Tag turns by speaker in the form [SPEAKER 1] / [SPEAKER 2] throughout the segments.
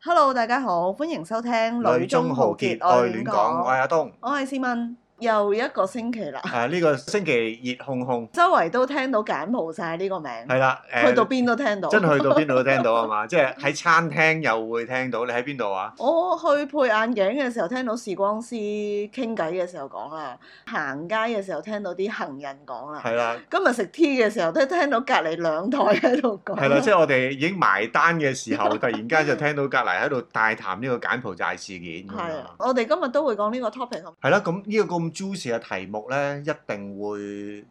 [SPEAKER 1] Hello，大家好，歡迎收聽《
[SPEAKER 2] 女
[SPEAKER 1] 女
[SPEAKER 2] 中
[SPEAKER 1] 中
[SPEAKER 2] 豪
[SPEAKER 1] 豪
[SPEAKER 2] 傑
[SPEAKER 1] 傑
[SPEAKER 2] 愛
[SPEAKER 1] 愛亂
[SPEAKER 2] 亂講，我
[SPEAKER 1] 講》，
[SPEAKER 2] 係阿東。
[SPEAKER 1] 我係思敏，又一個星期啦，
[SPEAKER 2] 啊，呢個星期熱烘烘，
[SPEAKER 1] 周圍都聽到柬埔寨呢個名，
[SPEAKER 2] 係啦，誒，
[SPEAKER 1] 去到邊都聽到。
[SPEAKER 2] 真係去到邊度都聽到係啊嘛？ 即係喺餐廳又會聽到，你喺邊度啊？
[SPEAKER 1] 我去配眼鏡嘅時候，聽到視光師傾偈嘅時候講啦，行街嘅時候聽到啲行人講啦，
[SPEAKER 2] 係啦，
[SPEAKER 1] 今日食 tea 嘅時候都聽到隔離兩台喺度講。
[SPEAKER 2] 係啦，即係我哋已經埋單嘅時候，突然間就聽到隔離喺度大談呢個柬埔寨事件咁
[SPEAKER 1] 係
[SPEAKER 2] 樣
[SPEAKER 1] 啊，。我哋今日都會講呢個 topic 咁
[SPEAKER 2] 係啦，咁呢個咁 juicy 嘅題目咧，一定會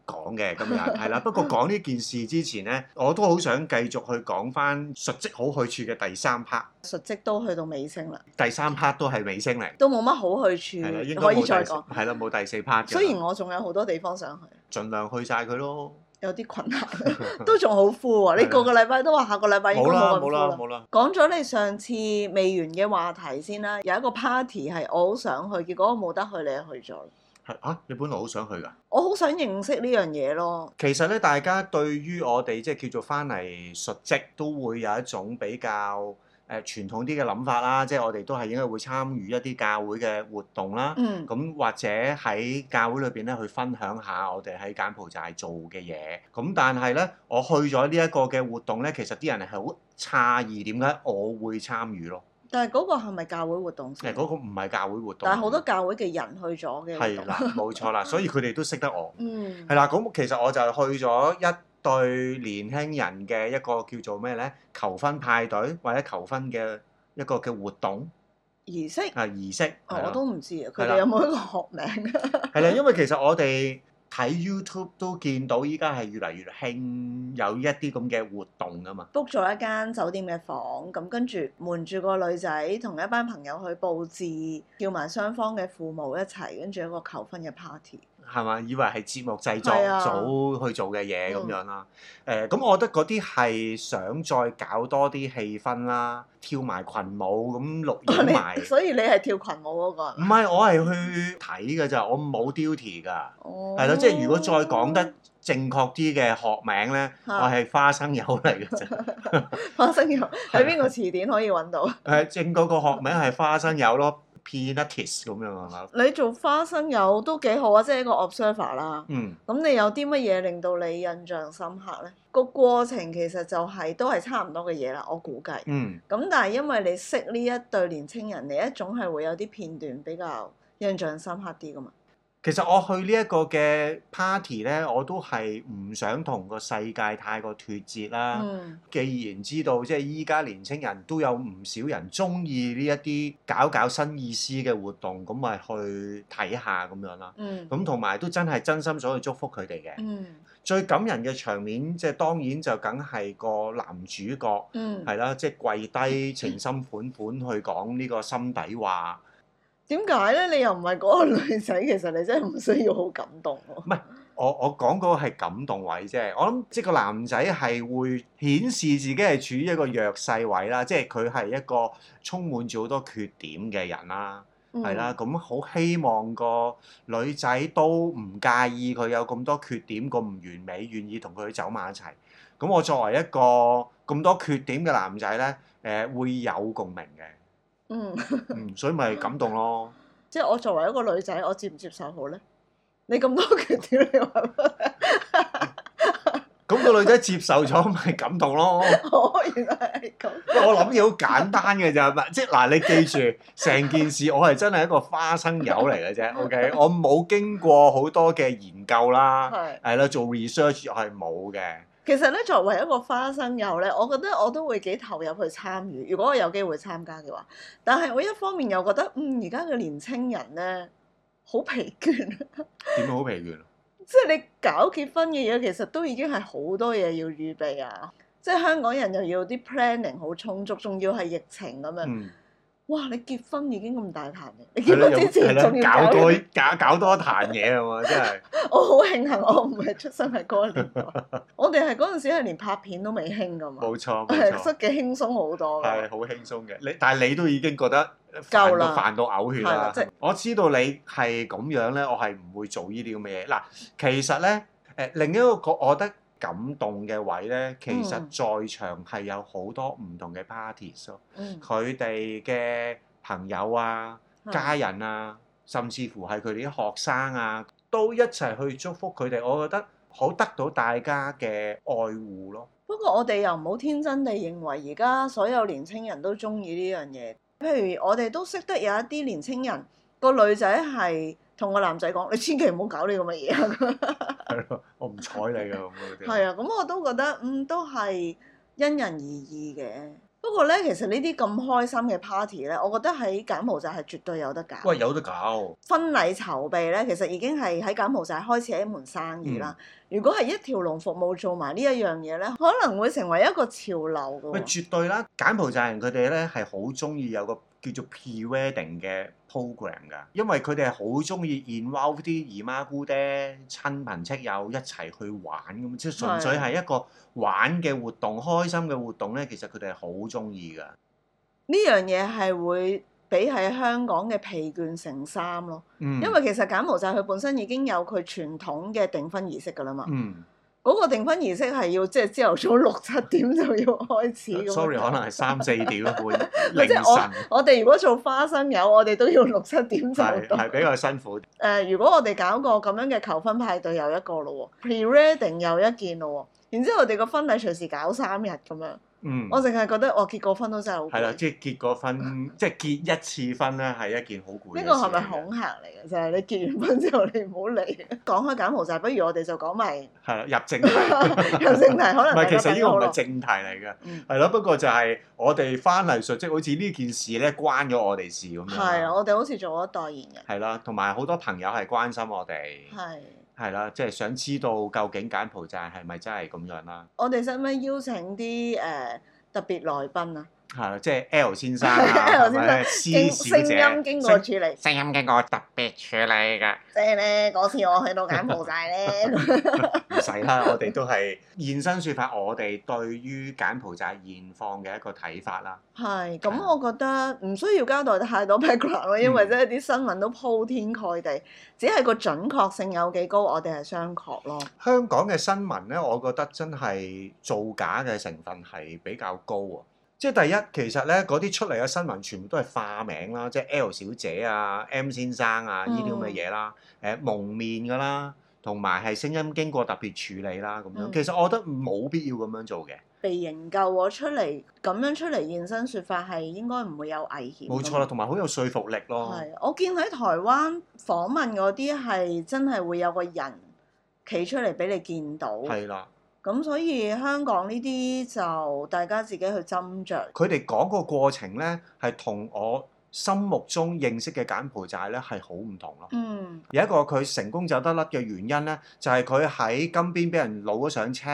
[SPEAKER 2] 講嘅今日 係啦。不過講呢件事之前咧，我都好想繼續去講翻述職好去處嘅第三 part，
[SPEAKER 1] 述職都去到尾聲啦，
[SPEAKER 2] 第三 part 都係尾聲嚟，
[SPEAKER 1] 都冇乜好去
[SPEAKER 2] 係啦，應
[SPEAKER 1] 處
[SPEAKER 2] 該
[SPEAKER 1] 可
[SPEAKER 2] 冇
[SPEAKER 1] 以再
[SPEAKER 2] 第四
[SPEAKER 1] 講。
[SPEAKER 2] 係啦，冇第四 part 嘅。
[SPEAKER 1] 雖然我仲有好多地方想去，
[SPEAKER 2] 盡量去晒佢咯。
[SPEAKER 1] 有啲困難， 都仲好 full 喎。你
[SPEAKER 2] 係啊
[SPEAKER 1] 個個禮拜都話下個禮拜應該
[SPEAKER 2] 冇啦
[SPEAKER 1] 冇咁
[SPEAKER 2] 冇啦
[SPEAKER 1] full 啦。
[SPEAKER 2] 冇啦，
[SPEAKER 1] 講咗你上次未完嘅話題先啦，有一個 party 係我好想去，結果我冇得去，你去咗啦。
[SPEAKER 2] 係啊！你本來好想去㗎。
[SPEAKER 1] 我好想認識呢樣嘢咯，
[SPEAKER 2] 其實咧，大家對於我哋即係叫做翻嚟述職，都會有一種比較誒、呃、傳統啲嘅諗法啦。即係我哋都係應該會參與一啲教會嘅活動啦。
[SPEAKER 1] 嗯，
[SPEAKER 2] 咁或者喺教會裏邊咧，去分享下我哋喺柬埔寨做嘅嘢。咁但係咧，我去咗呢一個嘅活動咧，其實啲人係好詫異點解我會參與咯。
[SPEAKER 1] 但係嗰個係咪教會活動
[SPEAKER 2] 誒，
[SPEAKER 1] 先？
[SPEAKER 2] 嗰個唔係教會活動。
[SPEAKER 1] 但係好多教會嘅人去咗嘅活
[SPEAKER 2] 係
[SPEAKER 1] 動，
[SPEAKER 2] 啦，冇錯啦，所以佢哋都識得我。
[SPEAKER 1] 嗯
[SPEAKER 2] 係，啦，咁其實我就去咗一對年輕人嘅一個叫做咩咧求婚派對或者求婚嘅一個嘅活動
[SPEAKER 1] 儀式
[SPEAKER 2] 啊儀式，係
[SPEAKER 1] 我
[SPEAKER 2] 啦
[SPEAKER 1] 都唔知啊，
[SPEAKER 2] 係
[SPEAKER 1] 佢
[SPEAKER 2] 啦
[SPEAKER 1] 哋有冇一個學名啊？
[SPEAKER 2] 係啦，因為其實我哋睇 YouTube 都見到依家係越嚟越興有一啲咁嘅活動噶嘛，
[SPEAKER 1] book 咗一間酒店嘅房，咁跟住瞞住個女仔同一班朋友去佈置，叫埋雙方嘅父母一齊，跟住一個求婚嘅 party。
[SPEAKER 2] 係嘛？以為係節目製作
[SPEAKER 1] 係啊
[SPEAKER 2] 組去做嘅嘢咁
[SPEAKER 1] 嗯。
[SPEAKER 2] 樣啦。誒、咁我覺得嗰啲係想再搞多啲氣氛啦，跳埋群舞咁錄影埋嗯
[SPEAKER 1] 所 哦以你係跳群舞嗰個
[SPEAKER 2] 唔
[SPEAKER 1] 人？
[SPEAKER 2] 係，我係去睇㗎咋，我冇 duty 㗎。
[SPEAKER 1] 哦
[SPEAKER 2] 係咯，即係如果再講得正確啲嘅學名咧，我
[SPEAKER 1] 嚇
[SPEAKER 2] 係花生友嚟㗎咋。
[SPEAKER 1] 花生油喺邊個詞典可以揾到？
[SPEAKER 2] 誒，正嗰個學名係花生友咯，peanuts 咁樣係嘛？
[SPEAKER 1] 你做花生油都幾好啊，即係一個 observer 啦。
[SPEAKER 2] 嗯，
[SPEAKER 1] 咁你有啲乜嘢令到你印象深刻呢？個過程其實就係、都係差唔多嘅嘢啦，我估計。
[SPEAKER 2] 嗯，
[SPEAKER 1] 咁但係因為你識呢一對年青人，你一種係會有啲片段比較印象深刻啲噶嘛。
[SPEAKER 2] 其實我去呢一個嘅 party 咧，我都係唔想同個世界太過脱節啦。
[SPEAKER 1] 嗯，
[SPEAKER 2] 既然知道即係依家年青人都有唔少人中意呢一啲搞搞新意思嘅活動，咁咪去睇下咁樣啦。
[SPEAKER 1] 嗯，
[SPEAKER 2] 咁同埋都真係真心想去祝福佢哋嘅。
[SPEAKER 1] 嗯，
[SPEAKER 2] 最感人嘅場面，即係當然就梗係個男主角
[SPEAKER 1] 嗯，
[SPEAKER 2] 係啦，即係跪低情深款款去講呢個心底話。
[SPEAKER 1] 點解咧？你又唔係嗰個女仔，其實你真係唔需要好感動喎。
[SPEAKER 2] 我我講嗰個係感動位啫，我諗即係個男仔係會顯示自己係處於一個弱勢位啦，即係佢係一個充滿住好多缺點嘅人啦，
[SPEAKER 1] 嗯
[SPEAKER 2] 係啦，，咁好希望個女仔都唔介意佢有咁多缺點，咁唔完美，願意同佢走埋一齊。咁我作為一個咁多缺點嘅男仔呢，誒、會有共鳴嘅，
[SPEAKER 1] 嗯，
[SPEAKER 2] 嗯，所以咪感動咯。
[SPEAKER 1] 即係我作為一個女仔，我接唔接受好咧？你咁多缺點，你話咩
[SPEAKER 2] 咁、個女仔接受咗，咪感動咯。
[SPEAKER 1] 我哦原來係咁。
[SPEAKER 2] 喂我諗嘢好簡單嘅咋，咪即係嗱，你記住成件事，我係真係一個花生友嚟 嘅啫。OK，我冇經過好多嘅研 究啦，
[SPEAKER 1] 係，
[SPEAKER 2] 係啦，做 research 我係冇嘅。
[SPEAKER 1] 其實咧，作為一個花生友咧，我覺得我都會幾投入去參與。如果我有機會參加嘅話，但係我一方面又覺得，嗯，而家嘅年青人咧好疲倦。
[SPEAKER 2] 點樣好疲倦？
[SPEAKER 1] 即係你搞結婚嘅嘢，其實都已經係好多嘢要預備啊！即係香港人又要啲 planning 好充足，仲要係疫情咁樣。
[SPEAKER 2] 嗯，
[SPEAKER 1] 哇！你結婚已經咁大壇嘅，你
[SPEAKER 2] 係
[SPEAKER 1] 結
[SPEAKER 2] 啦，
[SPEAKER 1] 婚
[SPEAKER 2] 又
[SPEAKER 1] 啊之
[SPEAKER 2] 係
[SPEAKER 1] 前
[SPEAKER 2] 啦
[SPEAKER 1] 仲，要
[SPEAKER 2] 搞
[SPEAKER 1] 搞
[SPEAKER 2] 多搞搞多壇嘢啊嘛，真係。
[SPEAKER 1] 我好慶幸我唔係出生喺嗰個年 代，我哋係嗰陣時係連拍片都未興噶嘛，
[SPEAKER 2] 冇 錯，冇
[SPEAKER 1] 係
[SPEAKER 2] 錯，
[SPEAKER 1] 失嘅輕鬆好多
[SPEAKER 2] 係
[SPEAKER 1] 㗎。
[SPEAKER 2] 好輕鬆嘅。你但係你都已經覺得呃
[SPEAKER 1] 夠
[SPEAKER 2] 煩到
[SPEAKER 1] 啦
[SPEAKER 2] 煩到嘔血
[SPEAKER 1] 係
[SPEAKER 2] 啦
[SPEAKER 1] 啦即係。
[SPEAKER 2] 我知道你呃係咁樣咧，我係唔會做呢啲咁嘅嘢。嗱，其實咧，誒另一個我覺得感動嘅位咧，其實
[SPEAKER 1] 嗯
[SPEAKER 2] 在場係有好多唔同嘅 parties 咯，
[SPEAKER 1] 嗯，
[SPEAKER 2] 佢哋嘅朋友啊、
[SPEAKER 1] 係
[SPEAKER 2] 家人啊，甚至乎係佢哋啲學生啊，都一齊去祝福佢哋，我覺得好得到大家嘅愛護 咯。
[SPEAKER 1] 不過我哋又唔好天真地認為而家所有年青人都中意呢樣嘢。譬如我哋都識得有一啲年青人，個女仔係同個男仔講：你千祈唔好搞呢咁嘅嘢啊！
[SPEAKER 2] 嗯係咯，我唔睬你噶咁嗰啲。
[SPEAKER 1] 係啊，咁我都覺得嗯都係因人而異嘅。不過咧，其實呢啲咁開心嘅 party 咧，我覺得喺柬埔寨係絕對有得搞。
[SPEAKER 2] 喂，有得搞。
[SPEAKER 1] 婚禮籌備咧，其實已經係喺柬埔寨開始係一門生意啦。
[SPEAKER 2] 嗯
[SPEAKER 1] 如果係一條龍服務做埋呢一樣嘢咧，可能會成為一個潮流
[SPEAKER 2] 喂，
[SPEAKER 1] 嘅喎。
[SPEAKER 2] 絕對啦！柬埔寨人佢哋咧係好中意有個叫做 pre-wedding 嘅 program 㗎，因為佢哋係好中意 involve 啲姨媽姑爹、親朋戚友一齊去玩咁，即係純粹
[SPEAKER 1] 係
[SPEAKER 2] 係一個玩嘅活動、開心嘅活動咧，其實佢哋係好中意㗎。
[SPEAKER 1] 呢樣嘢係會比喺香港嘅疲倦成衫咯，
[SPEAKER 2] 嗯，
[SPEAKER 1] 因為其實柬埔寨佢本身已經有佢傳統嘅訂婚儀式㗎啦嘛。
[SPEAKER 2] 嗯
[SPEAKER 1] 嗰個訂婚儀式係要即係朝頭早六七點就要開始咁樣
[SPEAKER 2] ，sorry，可能係三四點 半
[SPEAKER 1] 咪
[SPEAKER 2] 凌
[SPEAKER 1] 即係
[SPEAKER 2] 晨，
[SPEAKER 1] 我我哋如果做花生友，我哋都要六七點就
[SPEAKER 2] 係
[SPEAKER 1] 到。
[SPEAKER 2] 係比較辛苦。
[SPEAKER 1] 誒、如果我哋搞個咁樣嘅求婚派對又一個咯喎，pre-wedding 又一件咯喎，然之後我哋個婚禮隨時搞三日咁樣，
[SPEAKER 2] 嗯，
[SPEAKER 1] 我淨係覺得我結過婚都真係好
[SPEAKER 2] 係啦，
[SPEAKER 1] 攰。
[SPEAKER 2] 即係結過婚，即係結一次婚咧係一件好攰嘅
[SPEAKER 1] 呢
[SPEAKER 2] 事嚟嘅。
[SPEAKER 1] 個係咪恐嚇嚟嘅？就係、你結完婚之後你唔好理。 講開柬埔寨，不如我哋就講埋
[SPEAKER 2] 係啦，入正題。
[SPEAKER 1] 有正題，可能
[SPEAKER 2] 唔係，其
[SPEAKER 1] 大家
[SPEAKER 2] 實呢個唔
[SPEAKER 1] 等
[SPEAKER 2] 係
[SPEAKER 1] 我
[SPEAKER 2] 正題嚟嘅，
[SPEAKER 1] 嗯
[SPEAKER 2] 係咯。不過就係我哋翻嚟述職，好似呢件事咧關咗我哋事咁樣啦。
[SPEAKER 1] 係啊，我哋好似做咗代言人，
[SPEAKER 2] 係啦，同埋好多朋友係關心我哋，
[SPEAKER 1] 係。
[SPEAKER 2] 係啦，即係想知道究竟柬埔寨係咪真係咁樣啦？
[SPEAKER 1] 我哋使唔使邀請啲誒、呃特別來賓啊？
[SPEAKER 2] 係啦，即係 L 先 生
[SPEAKER 1] L
[SPEAKER 2] 啊，
[SPEAKER 1] 先生
[SPEAKER 2] 或者 C
[SPEAKER 1] 經
[SPEAKER 2] 小姐，
[SPEAKER 1] 聲音經過
[SPEAKER 2] 聲
[SPEAKER 1] 處理，
[SPEAKER 3] 聲音經過特別處理 嘅。
[SPEAKER 1] 即係咧嗰次我去到柬埔寨咧，
[SPEAKER 2] 唔使啦，我哋都係現身説法，我哋對於柬埔寨現況嘅一個睇法啦。
[SPEAKER 1] 係咁，我覺得唔需要交代太多 background 咯，因為
[SPEAKER 2] 嗯
[SPEAKER 1] 即係啲新聞都鋪天蓋地，只係個準確性有幾高，我哋係商榷咯。
[SPEAKER 2] 香港嘅新聞咧，我覺得真係造假嘅成分係比較高啊！即係第一，其實咧嗰啲出嚟嘅新聞全部都係化名啦，即係 L 小姐啊、M 先生啊
[SPEAKER 1] 嗯
[SPEAKER 2] 呢啲咁嘅嘢啦，誒、蒙面㗎啦，同埋係聲音經過特別處理啦咁樣。
[SPEAKER 1] 嗯
[SPEAKER 2] 其實我覺得冇必要咁樣做嘅，
[SPEAKER 1] 被營救咗出嚟，咁樣出嚟現身説法係應該唔會有危險。
[SPEAKER 2] 冇錯啦，。同埋好有說服力咯。
[SPEAKER 1] 嗯係，我見喺台灣訪問嗰啲係真係會有個人企出嚟俾你見到。
[SPEAKER 2] 係啦，
[SPEAKER 1] 咁所以香港呢啲就大家自己去斟酌。
[SPEAKER 2] 佢哋講個過程咧，係同我心目中認識嘅柬埔寨咧係好唔同咯。
[SPEAKER 1] 嗯，
[SPEAKER 2] 有一個佢成功走得甩嘅原因呢，就係佢喺金邊俾人擄咗上車，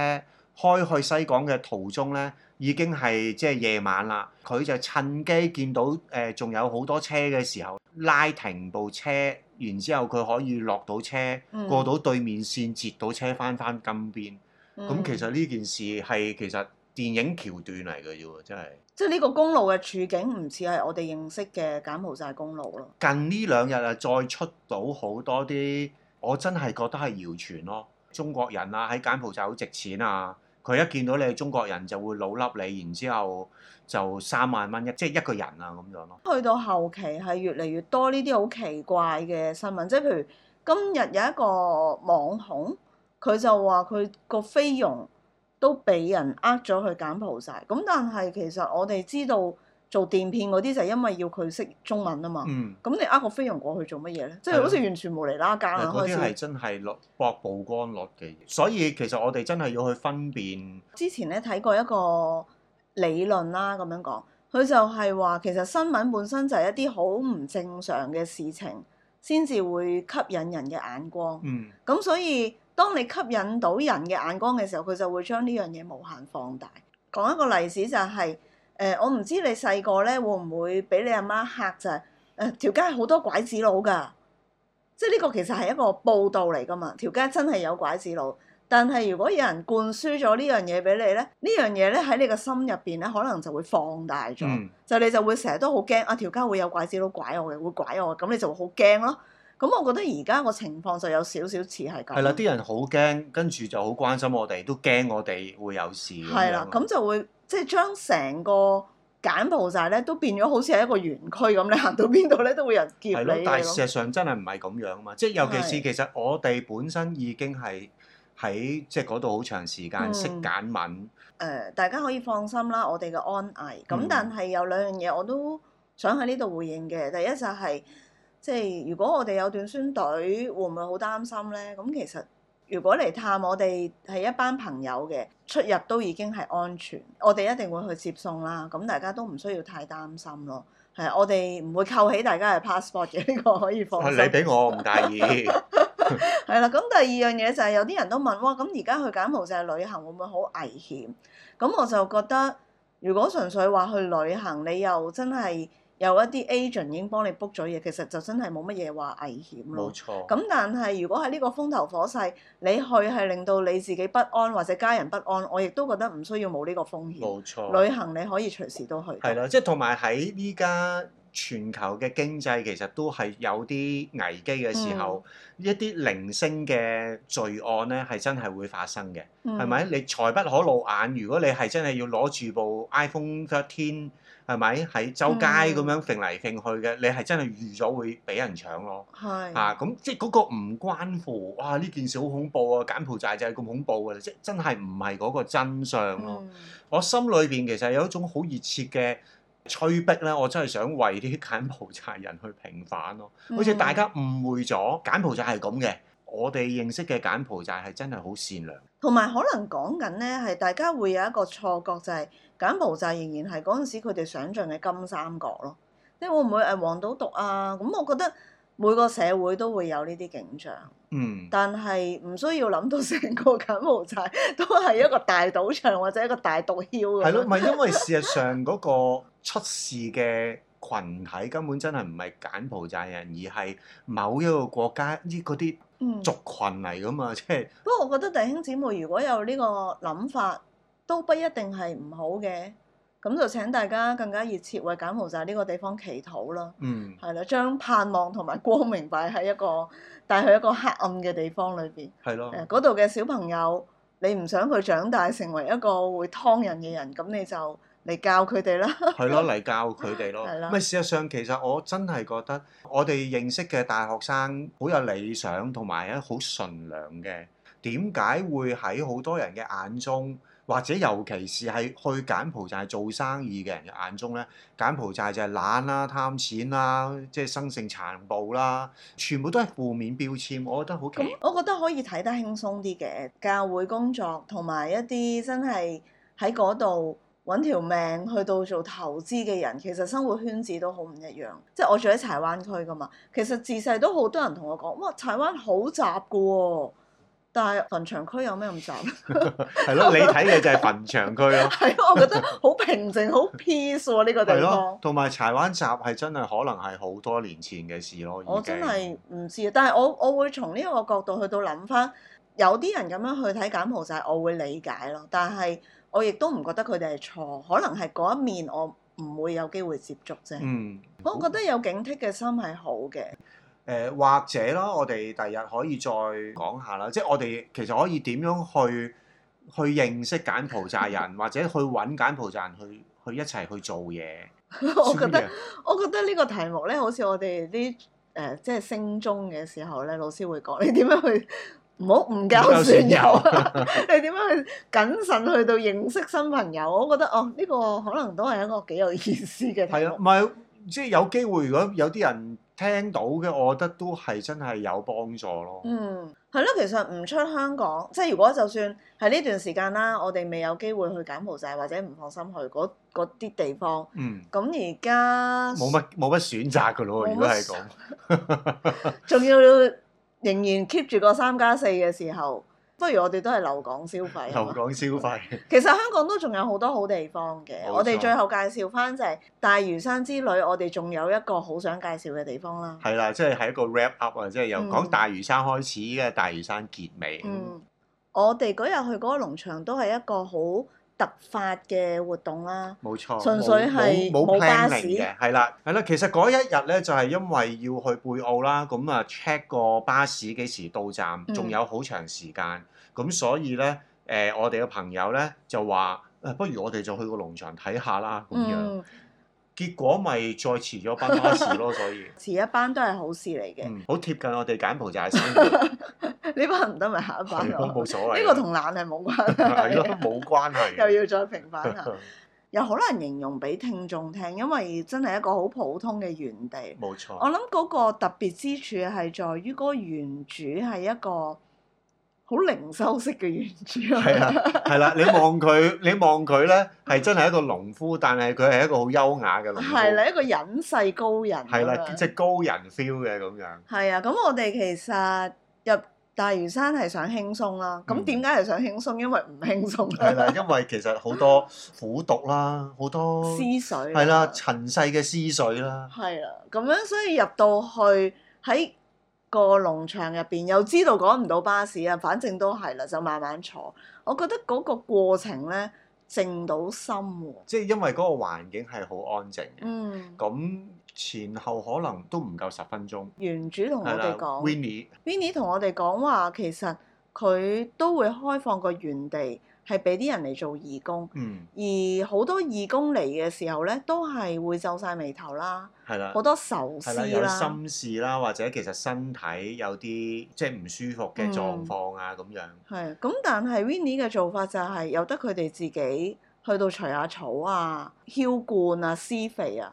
[SPEAKER 2] 開去西港嘅途中呢，已經係即係夜晚啦。佢就趁機見到誒仲、有好多車嘅時候，拉停部車，然之後佢可以落到車，
[SPEAKER 1] 嗯
[SPEAKER 2] 過到對面線，截到車翻翻金邊。
[SPEAKER 1] 咁
[SPEAKER 2] 咁、其實呢件事係其實電影橋段嚟嘅啫喎，真係。
[SPEAKER 1] 即係呢個公路嘅處境唔似係我哋認識嘅柬埔寨公路咯。
[SPEAKER 2] 近呢兩日啊，再出到好多啲，我真係覺得係謠傳咯。中國人啊，喺柬埔寨好值錢啊！佢一見到你係中國人就會老笠你，然之後就三萬蚊一，即係一個人啊咁樣咯。
[SPEAKER 1] 去到後期係越嚟越多呢啲好奇怪嘅新聞，即係譬如今日有一個網紅，佢就話佢個菲傭都俾人呃咗去柬埔寨。咁但係其實我哋知道做電騙嗰啲就係因為要佢識中文啊嘛。
[SPEAKER 2] 嗯，
[SPEAKER 1] 咁你呃個菲傭過去做乜嘢咧？即
[SPEAKER 2] 係
[SPEAKER 1] 係
[SPEAKER 2] 咯
[SPEAKER 1] 好似完全無厘啦更啦，
[SPEAKER 2] 嗰
[SPEAKER 1] 啊開
[SPEAKER 2] 啲係
[SPEAKER 1] 始。
[SPEAKER 2] 真係率博曝光率嘅嘢，所以其實我哋真係要去分辨。
[SPEAKER 1] 之前咧睇過一個理論啦，咁樣講，佢就係話其實新聞本身就係一啲好唔正常嘅事情，先至會吸引人嘅眼光。
[SPEAKER 2] 嗯，
[SPEAKER 1] 咁所以當你吸引到人嘅眼光嘅時候，佢就會將呢樣嘢無限放大。講一個例子就係、呃我唔知你細個咧會唔會俾你阿媽嚇就係、呃誒條街好多拐子佬㗎，即係呢個其實係一個報道嚟㗎嘛，條街真係有拐子佬。但係如果有人灌輸咗呢樣嘢俾你咧，呢樣嘢咧喺你嘅心入邊咧，可能就會放大咗。
[SPEAKER 2] 嗯
[SPEAKER 1] 就你就會成日都好驚啊！條街會有拐子佬拐我嘅，會拐我嘅，咁你就會好驚咯。咁我覺得而家個情況就有少少似係咁。
[SPEAKER 2] 係啦，啲人好驚，跟住就好關心我哋，都驚我哋會有事咁樣。
[SPEAKER 1] 係啦，咁就會即係將成個柬埔寨咧都變咗好似係一個園區咁，你行到邊度咧都會有人劫
[SPEAKER 2] 係咯，
[SPEAKER 1] 你
[SPEAKER 2] 但
[SPEAKER 1] 嘅
[SPEAKER 2] 係事
[SPEAKER 1] 咯。
[SPEAKER 2] 實上真係唔係咁樣啊嘛，即係尤其是
[SPEAKER 1] 係
[SPEAKER 2] 其實我哋本身已經係喺即係嗰度好長時間
[SPEAKER 1] 嗯
[SPEAKER 2] 識簡文，
[SPEAKER 1] 誒、呃大家可以放心啦，我哋嘅安危。咁、
[SPEAKER 2] 嗯
[SPEAKER 1] 但係有兩樣嘢我都想喺呢度回應嘅。第一就係、即係如果我哋有短宣隊，會唔會好擔心咧？咁其實如果嚟探我哋係一班朋友嘅，出入都已經係安全，我哋一定會去接送啦。咁大家都唔需要太擔心咯。係，我哋唔會扣起大家嘅 passport 嘅，呢、個可以放
[SPEAKER 2] 啊
[SPEAKER 1] 心。
[SPEAKER 2] 你俾我唔 介意，
[SPEAKER 1] 係啦，咁第二樣嘢就係有啲人都問，哇，咁而家去柬埔寨旅行會唔會好危險？咁我就覺得，如果純粹話去旅行，你又真係有一啲 agent 已經幫你 book 咗嘢，其實就真係冇乜嘢話危險咯
[SPEAKER 2] 冇。錯。
[SPEAKER 1] 咁但係如果喺呢個風頭火勢，你去係令到你自己不安或者家人不安，我亦都覺得唔需要冇呢個風險。
[SPEAKER 2] 冇錯。
[SPEAKER 1] 旅行你可以隨時都去。
[SPEAKER 2] 係啦，即係同埋喺呢家全球嘅經濟其實都係有啲危機嘅
[SPEAKER 1] 嗯
[SPEAKER 2] 時候，一啲零星嘅罪案咧係真係會發生嘅，
[SPEAKER 1] 嗯，
[SPEAKER 2] 係咪、你財不可露眼，如果你係真係要攞住部 iPhone 13係咪喺周街
[SPEAKER 1] 嗯
[SPEAKER 2] 咁樣揈嚟揈去嘅，你係真係預咗會俾人搶咯。
[SPEAKER 1] 係。
[SPEAKER 2] 啊，咁即係嗰個唔關乎，哇！呢件事好恐怖啊，柬埔寨就係咁恐怖㗎啦，即係真係唔係嗰個真相咯。
[SPEAKER 1] 嗯
[SPEAKER 2] 我心裏邊其實有一種好熱切嘅催逼咧，我真係想為啲柬埔寨人去平反咯。
[SPEAKER 1] 嗯
[SPEAKER 2] 好似大家誤會咗柬埔寨係咁嘅，我哋認識嘅柬埔寨係真係好善良。
[SPEAKER 1] 同埋可能講緊咧，係大家會有一個錯覺，就係柬埔寨仍然係嗰陣時佢哋想像嘅金三角咯。即係會唔會誒黃賭毒啊？咁我覺得每個社會都會有呢啲景象，
[SPEAKER 2] 嗯，
[SPEAKER 1] 但係唔需要諗到成個柬埔寨都係一個大賭場或者一個大毒梟咁樣。
[SPEAKER 2] 係咯，咪因為事實上嗰個出事嘅群體根本真係唔係柬埔寨人，而係某一個國家呢嗰啲
[SPEAKER 1] 嗯
[SPEAKER 2] 族群嚟噶嘛，即係
[SPEAKER 1] 不過我覺得弟兄姊妹如果有呢個諗法，都不一定係唔好嘅。咁就請大家更加熱切為柬埔寨呢個地方祈禱啦。
[SPEAKER 2] 嗯。
[SPEAKER 1] 係啦，將盼望同埋光明擺喺一個帶去一個黑暗嘅地方裏邊。
[SPEAKER 2] 係咯，
[SPEAKER 1] 誒，嗰度嘅小朋友，你唔想佢長大成為一個會劏人嘅人，咁你就嚟教佢哋啦。
[SPEAKER 2] 係咯，嚟教佢哋咯
[SPEAKER 1] 係。啦
[SPEAKER 2] 咪事實上，其實我真係覺得我哋認識嘅大學生好有理想同埋咧好純良嘅。點解會喺好多人嘅眼中，或者尤其是係去柬埔寨做生意嘅人嘅眼中咧，柬埔寨就係懶啦、貪錢啦、即係生性殘暴 啦，全部都係負面標籤。我覺得好奇
[SPEAKER 1] 咁 我覺得可以睇得輕鬆啲嘅教會工作，同埋一啲真係喺嗰度揾條命去到做投資嘅人，其實生活圈子都好唔一樣。即係我住喺柴灣區噶嘛，其實自細都好多人同我講，哇，柴灣好雜噶喎，但係墳場區有咩 咁雜？
[SPEAKER 2] 係咯，你睇嘅就係墳場區 咯。
[SPEAKER 1] 係啊咯，我覺得好平靜，好 peace 喎、呢個
[SPEAKER 2] 係
[SPEAKER 1] 地
[SPEAKER 2] 咯
[SPEAKER 1] 方，。
[SPEAKER 2] 同埋柴灣集係真係可能係好多年前嘅事咯，已經
[SPEAKER 1] 我真係唔知，啊但係我我會從呢一個角度去到諗翻，有啲人咁樣去睇柬埔寨，我會理解咯。但係我亦都唔覺得佢哋係錯，可能係嗰一面我唔會有機會接觸啫。
[SPEAKER 2] 嗯。
[SPEAKER 1] 我覺得有警惕嘅心係好嘅，
[SPEAKER 2] 誒、或者啦，我哋第日可以再講下啦，即係我哋其實可以點樣去去認識柬埔寨 人，或者去揾柬埔寨人去去一齊去做嘢。
[SPEAKER 1] 我覺
[SPEAKER 2] 知唔知
[SPEAKER 1] 得
[SPEAKER 2] 啊
[SPEAKER 1] 我覺得呢個題目咧，好似我哋啲誒即係升中嘅時候咧，老師會講你點樣去 唔好唔教
[SPEAKER 2] 唔夠
[SPEAKER 1] 損
[SPEAKER 2] 損友
[SPEAKER 1] 友啊， 你點樣去謹慎去到認識新朋友？我覺得哦，呢、個可能都係一個幾有意思嘅題
[SPEAKER 2] 係啊，
[SPEAKER 1] 目。
[SPEAKER 2] 唔係即係有機會，如果有啲人聽到嘅，我覺得都係真係有幫助咯。
[SPEAKER 1] 嗯，係咯，其實唔出香港，即係如果就算喺呢段時間啦，我哋未有機會去柬埔寨或者唔放心去嗰嗰啲地方，
[SPEAKER 2] 嗯，
[SPEAKER 1] 咁而家
[SPEAKER 2] 冇乜冇乜選擇㗎咯，
[SPEAKER 1] 冇乜
[SPEAKER 2] 如果係咁，
[SPEAKER 1] 仲要仍然 keep 住個三加四嘅時候，不如我哋都係留港消費啊
[SPEAKER 2] 留
[SPEAKER 1] 嘛。
[SPEAKER 2] 港消費。
[SPEAKER 1] 其實香港都仲有好多好地方嘅
[SPEAKER 2] 冇，錯
[SPEAKER 1] 我哋最後介紹翻就係大嶼山之旅，我哋仲有一個好想介紹嘅地方啦。
[SPEAKER 2] 係啦，即係係一個 wrap up 啊，即係由
[SPEAKER 1] 嗯
[SPEAKER 2] 講大嶼山開始嘅，大嶼山結尾。
[SPEAKER 1] 嗯，我哋嗰日去嗰個農場都係一個好突發嘅活動啦。
[SPEAKER 2] 冇錯，
[SPEAKER 1] 純粹係
[SPEAKER 2] 冇冇冇
[SPEAKER 1] 冇巴
[SPEAKER 2] planning
[SPEAKER 1] 士
[SPEAKER 2] 嘅，係啦，係啦。其實嗰一日咧就係、因為要去貝澳啦，咁啊 check 個巴士幾時到站，
[SPEAKER 1] 嗯
[SPEAKER 2] 仲有好長時間，咁所以咧誒、我哋嘅朋友咧就話誒，不如我哋就去個農場睇下啦咁樣。
[SPEAKER 1] 嗯，
[SPEAKER 2] 結果咪再遲咗班巴士 咯，所以。
[SPEAKER 1] 遲一班都係好事嚟嘅。
[SPEAKER 2] 嗯好貼近我哋柬埔寨生 活，
[SPEAKER 1] 呢班唔得咪下一班
[SPEAKER 2] 嗯係咯，
[SPEAKER 1] 咯。
[SPEAKER 2] 冇所謂。
[SPEAKER 1] 啊
[SPEAKER 2] 啊
[SPEAKER 1] 呢個同懶係冇關
[SPEAKER 2] 係咯，
[SPEAKER 1] 係，
[SPEAKER 2] 冇關係嘅。
[SPEAKER 1] 又要啊再平反下，又好難形容俾聽眾聽，因為真係一個好普通嘅原地。
[SPEAKER 2] 冇
[SPEAKER 1] 我
[SPEAKER 2] 錯，
[SPEAKER 1] 諗嗰個特別之處係在於嗰個原主係一個好靈修式嘅原主。
[SPEAKER 2] 係啊，係啦。你望佢，你望佢咧，係真係一個農夫，但係佢係一個好優雅嘅農夫。
[SPEAKER 1] 啊係啦，一個隱世高人
[SPEAKER 2] 係
[SPEAKER 1] 咁
[SPEAKER 2] 啦，
[SPEAKER 1] 樣。
[SPEAKER 2] 即係高人 feel 嘅咁樣。
[SPEAKER 1] 係啊，咁我哋其實入大嶼山係想輕鬆啦。咁
[SPEAKER 2] 嗯
[SPEAKER 1] 點解係想輕鬆？因為唔輕
[SPEAKER 2] 係
[SPEAKER 1] 鬆啊
[SPEAKER 2] 啦，因為其實好多苦毒啦，好多
[SPEAKER 1] 思緒啊
[SPEAKER 2] 係啦，塵世嘅思緒啦，
[SPEAKER 1] 係啦，咁樣所以入到去喺個農場入邊，又知道趕唔到巴士啊，反正都係啦，就慢慢坐。我覺得嗰個過程咧，靜到心喎。
[SPEAKER 2] 即係因為嗰個環境係好安靜嘅。
[SPEAKER 1] 嗯，
[SPEAKER 2] 咁前後可能都唔夠十分鐘。
[SPEAKER 1] 原主同我
[SPEAKER 2] 係啦
[SPEAKER 1] 哋講
[SPEAKER 2] ，Winnie
[SPEAKER 1] ，Vinny 同我哋講話，其實佢都會開放個園地，係俾啲人嚟做義工。
[SPEAKER 2] 嗯
[SPEAKER 1] 而好多義工嚟嘅時候咧，都係會皺晒眉頭啦，
[SPEAKER 2] 係啦
[SPEAKER 1] 好。多愁思
[SPEAKER 2] 啊係啦，有
[SPEAKER 1] 啦，
[SPEAKER 2] 心事啦，或者其實身體有啲即係唔舒服
[SPEAKER 1] 嗯
[SPEAKER 2] 嘅狀況啊，咁、樣
[SPEAKER 1] 係咁。但係 Winnie 嘅做法就係由得佢哋自己去到除下草啊、澆灌啊、施肥啊，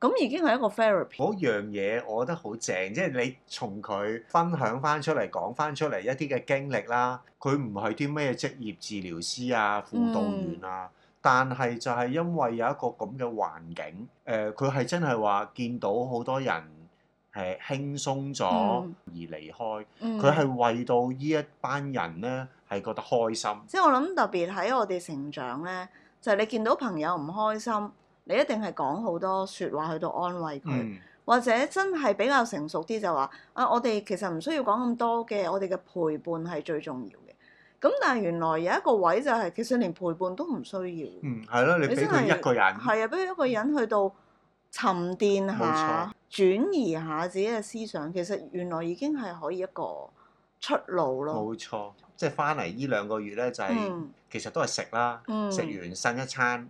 [SPEAKER 1] 咁已經係一個 therapy。
[SPEAKER 2] 嗰樣嘢，我覺得好正，即係你從佢分享翻出嚟、講翻出嚟一啲嘅經歷啦。佢唔係啲咩職業治療師啊、輔導員啊，
[SPEAKER 1] 嗯
[SPEAKER 2] 但係就係因為有一個咁嘅環境，誒、呃佢係真係話見到好多人係輕鬆咗
[SPEAKER 1] 嗯
[SPEAKER 2] 哦而離開，
[SPEAKER 1] 嗯
[SPEAKER 2] 佢係、為到呢一班人咧係覺得開心。
[SPEAKER 1] 即係我諗特別喺我哋成長咧，就係、你見到朋友唔開心，你一定係講好多説話去到安慰佢。
[SPEAKER 2] 嗯。
[SPEAKER 1] 或者真係比較成熟啲就話啊，我哋其實唔需要講咁多嘅，我哋嘅陪伴係最重要嘅。咁但係原來有一個位就係、其實連陪伴都唔需要，
[SPEAKER 2] 嗯，係咯，你
[SPEAKER 1] 你
[SPEAKER 2] 俾
[SPEAKER 1] 真
[SPEAKER 2] 佢
[SPEAKER 1] 係
[SPEAKER 2] 一個人，
[SPEAKER 1] 係啊，俾一個人去到沉澱下、轉移下自己嘅思想，其實原來已經係可以一個出路咯。
[SPEAKER 2] 冇錯，即係翻嚟呢兩個月咧，就係、
[SPEAKER 1] 嗯
[SPEAKER 2] 其實都係食啦，
[SPEAKER 1] 嗯，
[SPEAKER 2] 食完呻一餐，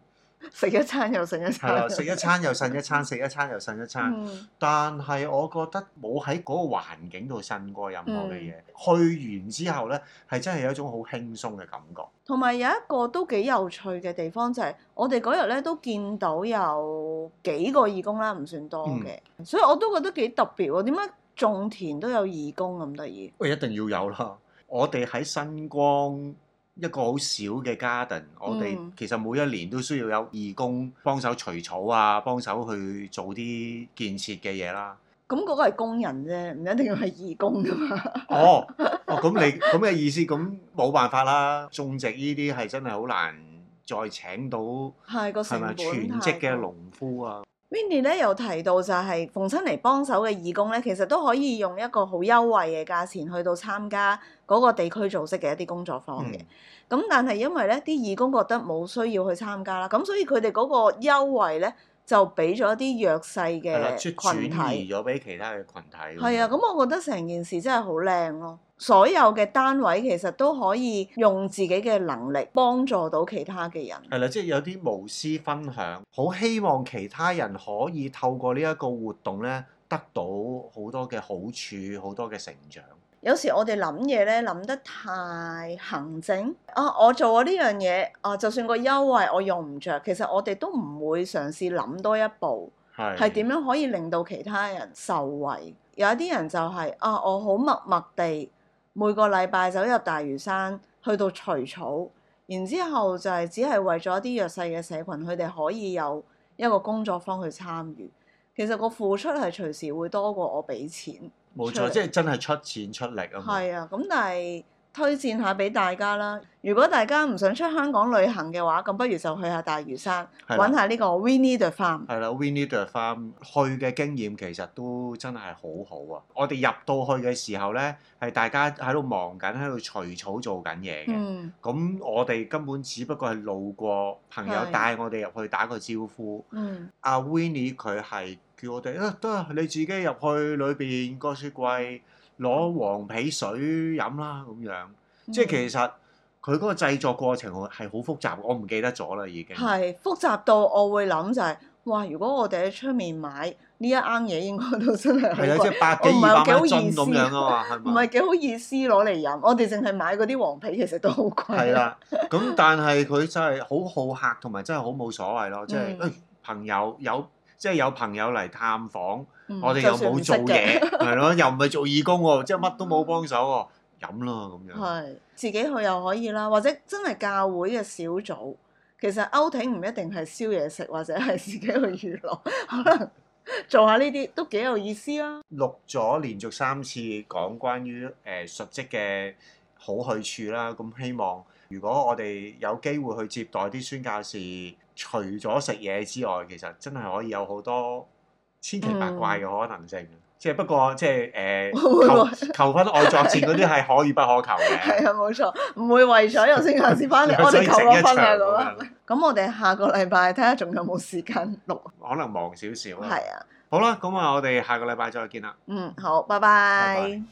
[SPEAKER 1] 食一餐又食一
[SPEAKER 2] 係
[SPEAKER 1] 餐
[SPEAKER 2] 啦，，食一餐又呻一餐，食一餐又呻一餐。
[SPEAKER 1] 嗯
[SPEAKER 2] 但係我覺得冇喺嗰個環境度呻過任
[SPEAKER 1] 嗯
[SPEAKER 2] 何嘅嘢，去完之後咧，係真係有一種好輕鬆嘅感覺。
[SPEAKER 1] 同埋有一個都幾有趣嘅地方就係、我哋嗰日咧都見到有幾個義工啦，唔算多嘅，
[SPEAKER 2] 嗯
[SPEAKER 1] 所以我都覺得幾特別喎。點解種田都有義工咁得意？
[SPEAKER 2] 喂，一定要有啦！我哋喺新光一個好小嘅 garden，我哋
[SPEAKER 1] 嗯
[SPEAKER 2] 其實每一年都需要有義工幫手除草啊，幫手去做啲建設嘅嘢 啦。
[SPEAKER 1] 咁嗰個係工人啫，唔一定要係義工噶嘛。
[SPEAKER 2] 哦，哦，咁你咁嘅意思，咁冇辦法啦。種植呢啲係真係好難再請到係
[SPEAKER 1] 係個成
[SPEAKER 2] 咪
[SPEAKER 1] 本
[SPEAKER 2] 全職嘅
[SPEAKER 1] 太高
[SPEAKER 2] 農夫啊？
[SPEAKER 1] Vinny 咧有提到就係逢親嚟幫手嘅義工咧，其實都可以用一個好優惠嘅價錢去到參加嗰個地區組織嘅一啲工作
[SPEAKER 2] 嗯
[SPEAKER 1] 坊嘅。咁、但係因為咧啲義工覺得冇需要去參加啦，咁所以佢哋嗰個優惠咧就俾咗啲弱勢
[SPEAKER 2] 係啦，即係
[SPEAKER 1] 嘅群
[SPEAKER 2] 轉
[SPEAKER 1] 體。
[SPEAKER 2] 移咗俾其他嘅群體。
[SPEAKER 1] 係啊，咁我覺得成件事真係好靚咯。所有嘅單位其實都可以用自己嘅能力幫助到其他嘅人。
[SPEAKER 2] 係啦，即係有啲無私分享，好希望其他人可以透過呢一個活動咧，得到好多嘅好處，好多嘅成長。
[SPEAKER 1] 有時我哋諗嘢咧諗得太行政啊！我做咗呢樣嘢啊，就算個優惠我用唔着，其實我哋都唔會嘗試諗多一步，
[SPEAKER 2] 係
[SPEAKER 1] 係點樣可以令到其他人受惠？有一啲人就係、啊，我好默默地每個禮拜走入大嶼山去到除草，然之後就係只係為咗一啲弱勢嘅社群，佢哋可以有一個工作坊去參與。其實個付出係隨時會多過我俾錢。
[SPEAKER 2] 冇
[SPEAKER 1] 出
[SPEAKER 2] 錯，
[SPEAKER 1] 嚟
[SPEAKER 2] 即係真係出錢出力啊嘛。
[SPEAKER 1] 係啊，咁但係推薦下俾大家啦。如果大家唔想出香港旅行嘅話，咁不如就去下大嶼山，
[SPEAKER 2] 係啦
[SPEAKER 1] 揾下呢個 w i n n i e the Farm。
[SPEAKER 2] 係啦 w i n n i e the Farm 去嘅經驗其實都真係好好啊！我哋入到去嘅時候咧，係大家喺度忙緊，喺度除草做緊嘢嘅。
[SPEAKER 1] 嗯，
[SPEAKER 2] 咁、我哋根本只不過係路過，朋友
[SPEAKER 1] 係
[SPEAKER 2] 帶我哋入去打個招呼。
[SPEAKER 1] 嗯，
[SPEAKER 2] 阿 w i n n i e 佢係叫我哋啊，得啊你自己入去裏邊個雪櫃攞黃皮水飲啦咁樣。
[SPEAKER 1] 嗯
[SPEAKER 2] 即係其實佢嗰個製作過程係好複雜，我唔記得咗啦已經。
[SPEAKER 1] 係複雜到我會諗就係、哇！如果我哋喺出面買呢一啱嘢，應該都真係好
[SPEAKER 2] 係啦，即
[SPEAKER 1] 貴，
[SPEAKER 2] 係百幾
[SPEAKER 1] 我唔
[SPEAKER 2] 二
[SPEAKER 1] 係
[SPEAKER 2] 百蚊一
[SPEAKER 1] 幾好意
[SPEAKER 2] 樽
[SPEAKER 1] 思
[SPEAKER 2] 咁樣啊嘛，係
[SPEAKER 1] 唔
[SPEAKER 2] 咪
[SPEAKER 1] 係？幾好意思攞嚟飲。我哋淨係買嗰啲黃皮，其實都好貴。
[SPEAKER 2] 係，啦，咁但係佢真係好好客，同埋真係好冇所謂咯，即係哎
[SPEAKER 1] 嗯
[SPEAKER 2] 誒朋友有。即係有朋友嚟探訪，
[SPEAKER 1] 嗯
[SPEAKER 2] 我哋又
[SPEAKER 1] 就算唔
[SPEAKER 2] 冇
[SPEAKER 1] 識
[SPEAKER 2] 做
[SPEAKER 1] 嘅
[SPEAKER 2] 嘢， 係咯，又唔係做義工喎，即係乜都冇幫手喎，飲啦咁樣。
[SPEAKER 1] 係自己去又可以啦，或者真係教會嘅小組。其實 outing 唔一定係燒嘢食，或者係 自己去娛 樂，可能做下呢啲都幾有意思啊啦。
[SPEAKER 2] 錄咗連續三次講關於誒述職嘅好去處啦，咁希望如果我哋有機會去接待啲宣教士，除咗食嘢之外，其實真係可以有好多千奇百怪
[SPEAKER 1] 嗯
[SPEAKER 2] 嘅可能性。即係不過即係誒、呃
[SPEAKER 1] 會唔
[SPEAKER 2] 求求婚愛作戰嗰啲係可遇不可求
[SPEAKER 1] 係
[SPEAKER 2] 嘅。
[SPEAKER 1] 啊，冇錯，唔會為咗有先下次翻 嚟，我
[SPEAKER 2] 所
[SPEAKER 1] 哋
[SPEAKER 2] 以
[SPEAKER 1] 求
[SPEAKER 2] 整
[SPEAKER 1] 咗
[SPEAKER 2] 一
[SPEAKER 1] 婚啊
[SPEAKER 2] 場
[SPEAKER 1] 咁啊。
[SPEAKER 2] 咁
[SPEAKER 1] 咁我哋下個禮拜睇下仲有冇時間錄。
[SPEAKER 2] 樣，可能忙少少啊。
[SPEAKER 1] 係啊，
[SPEAKER 2] 好啦，咁啊，我哋下個禮拜再見啦。
[SPEAKER 1] 嗯，好，拜
[SPEAKER 2] 拜
[SPEAKER 1] 拜
[SPEAKER 2] 拜。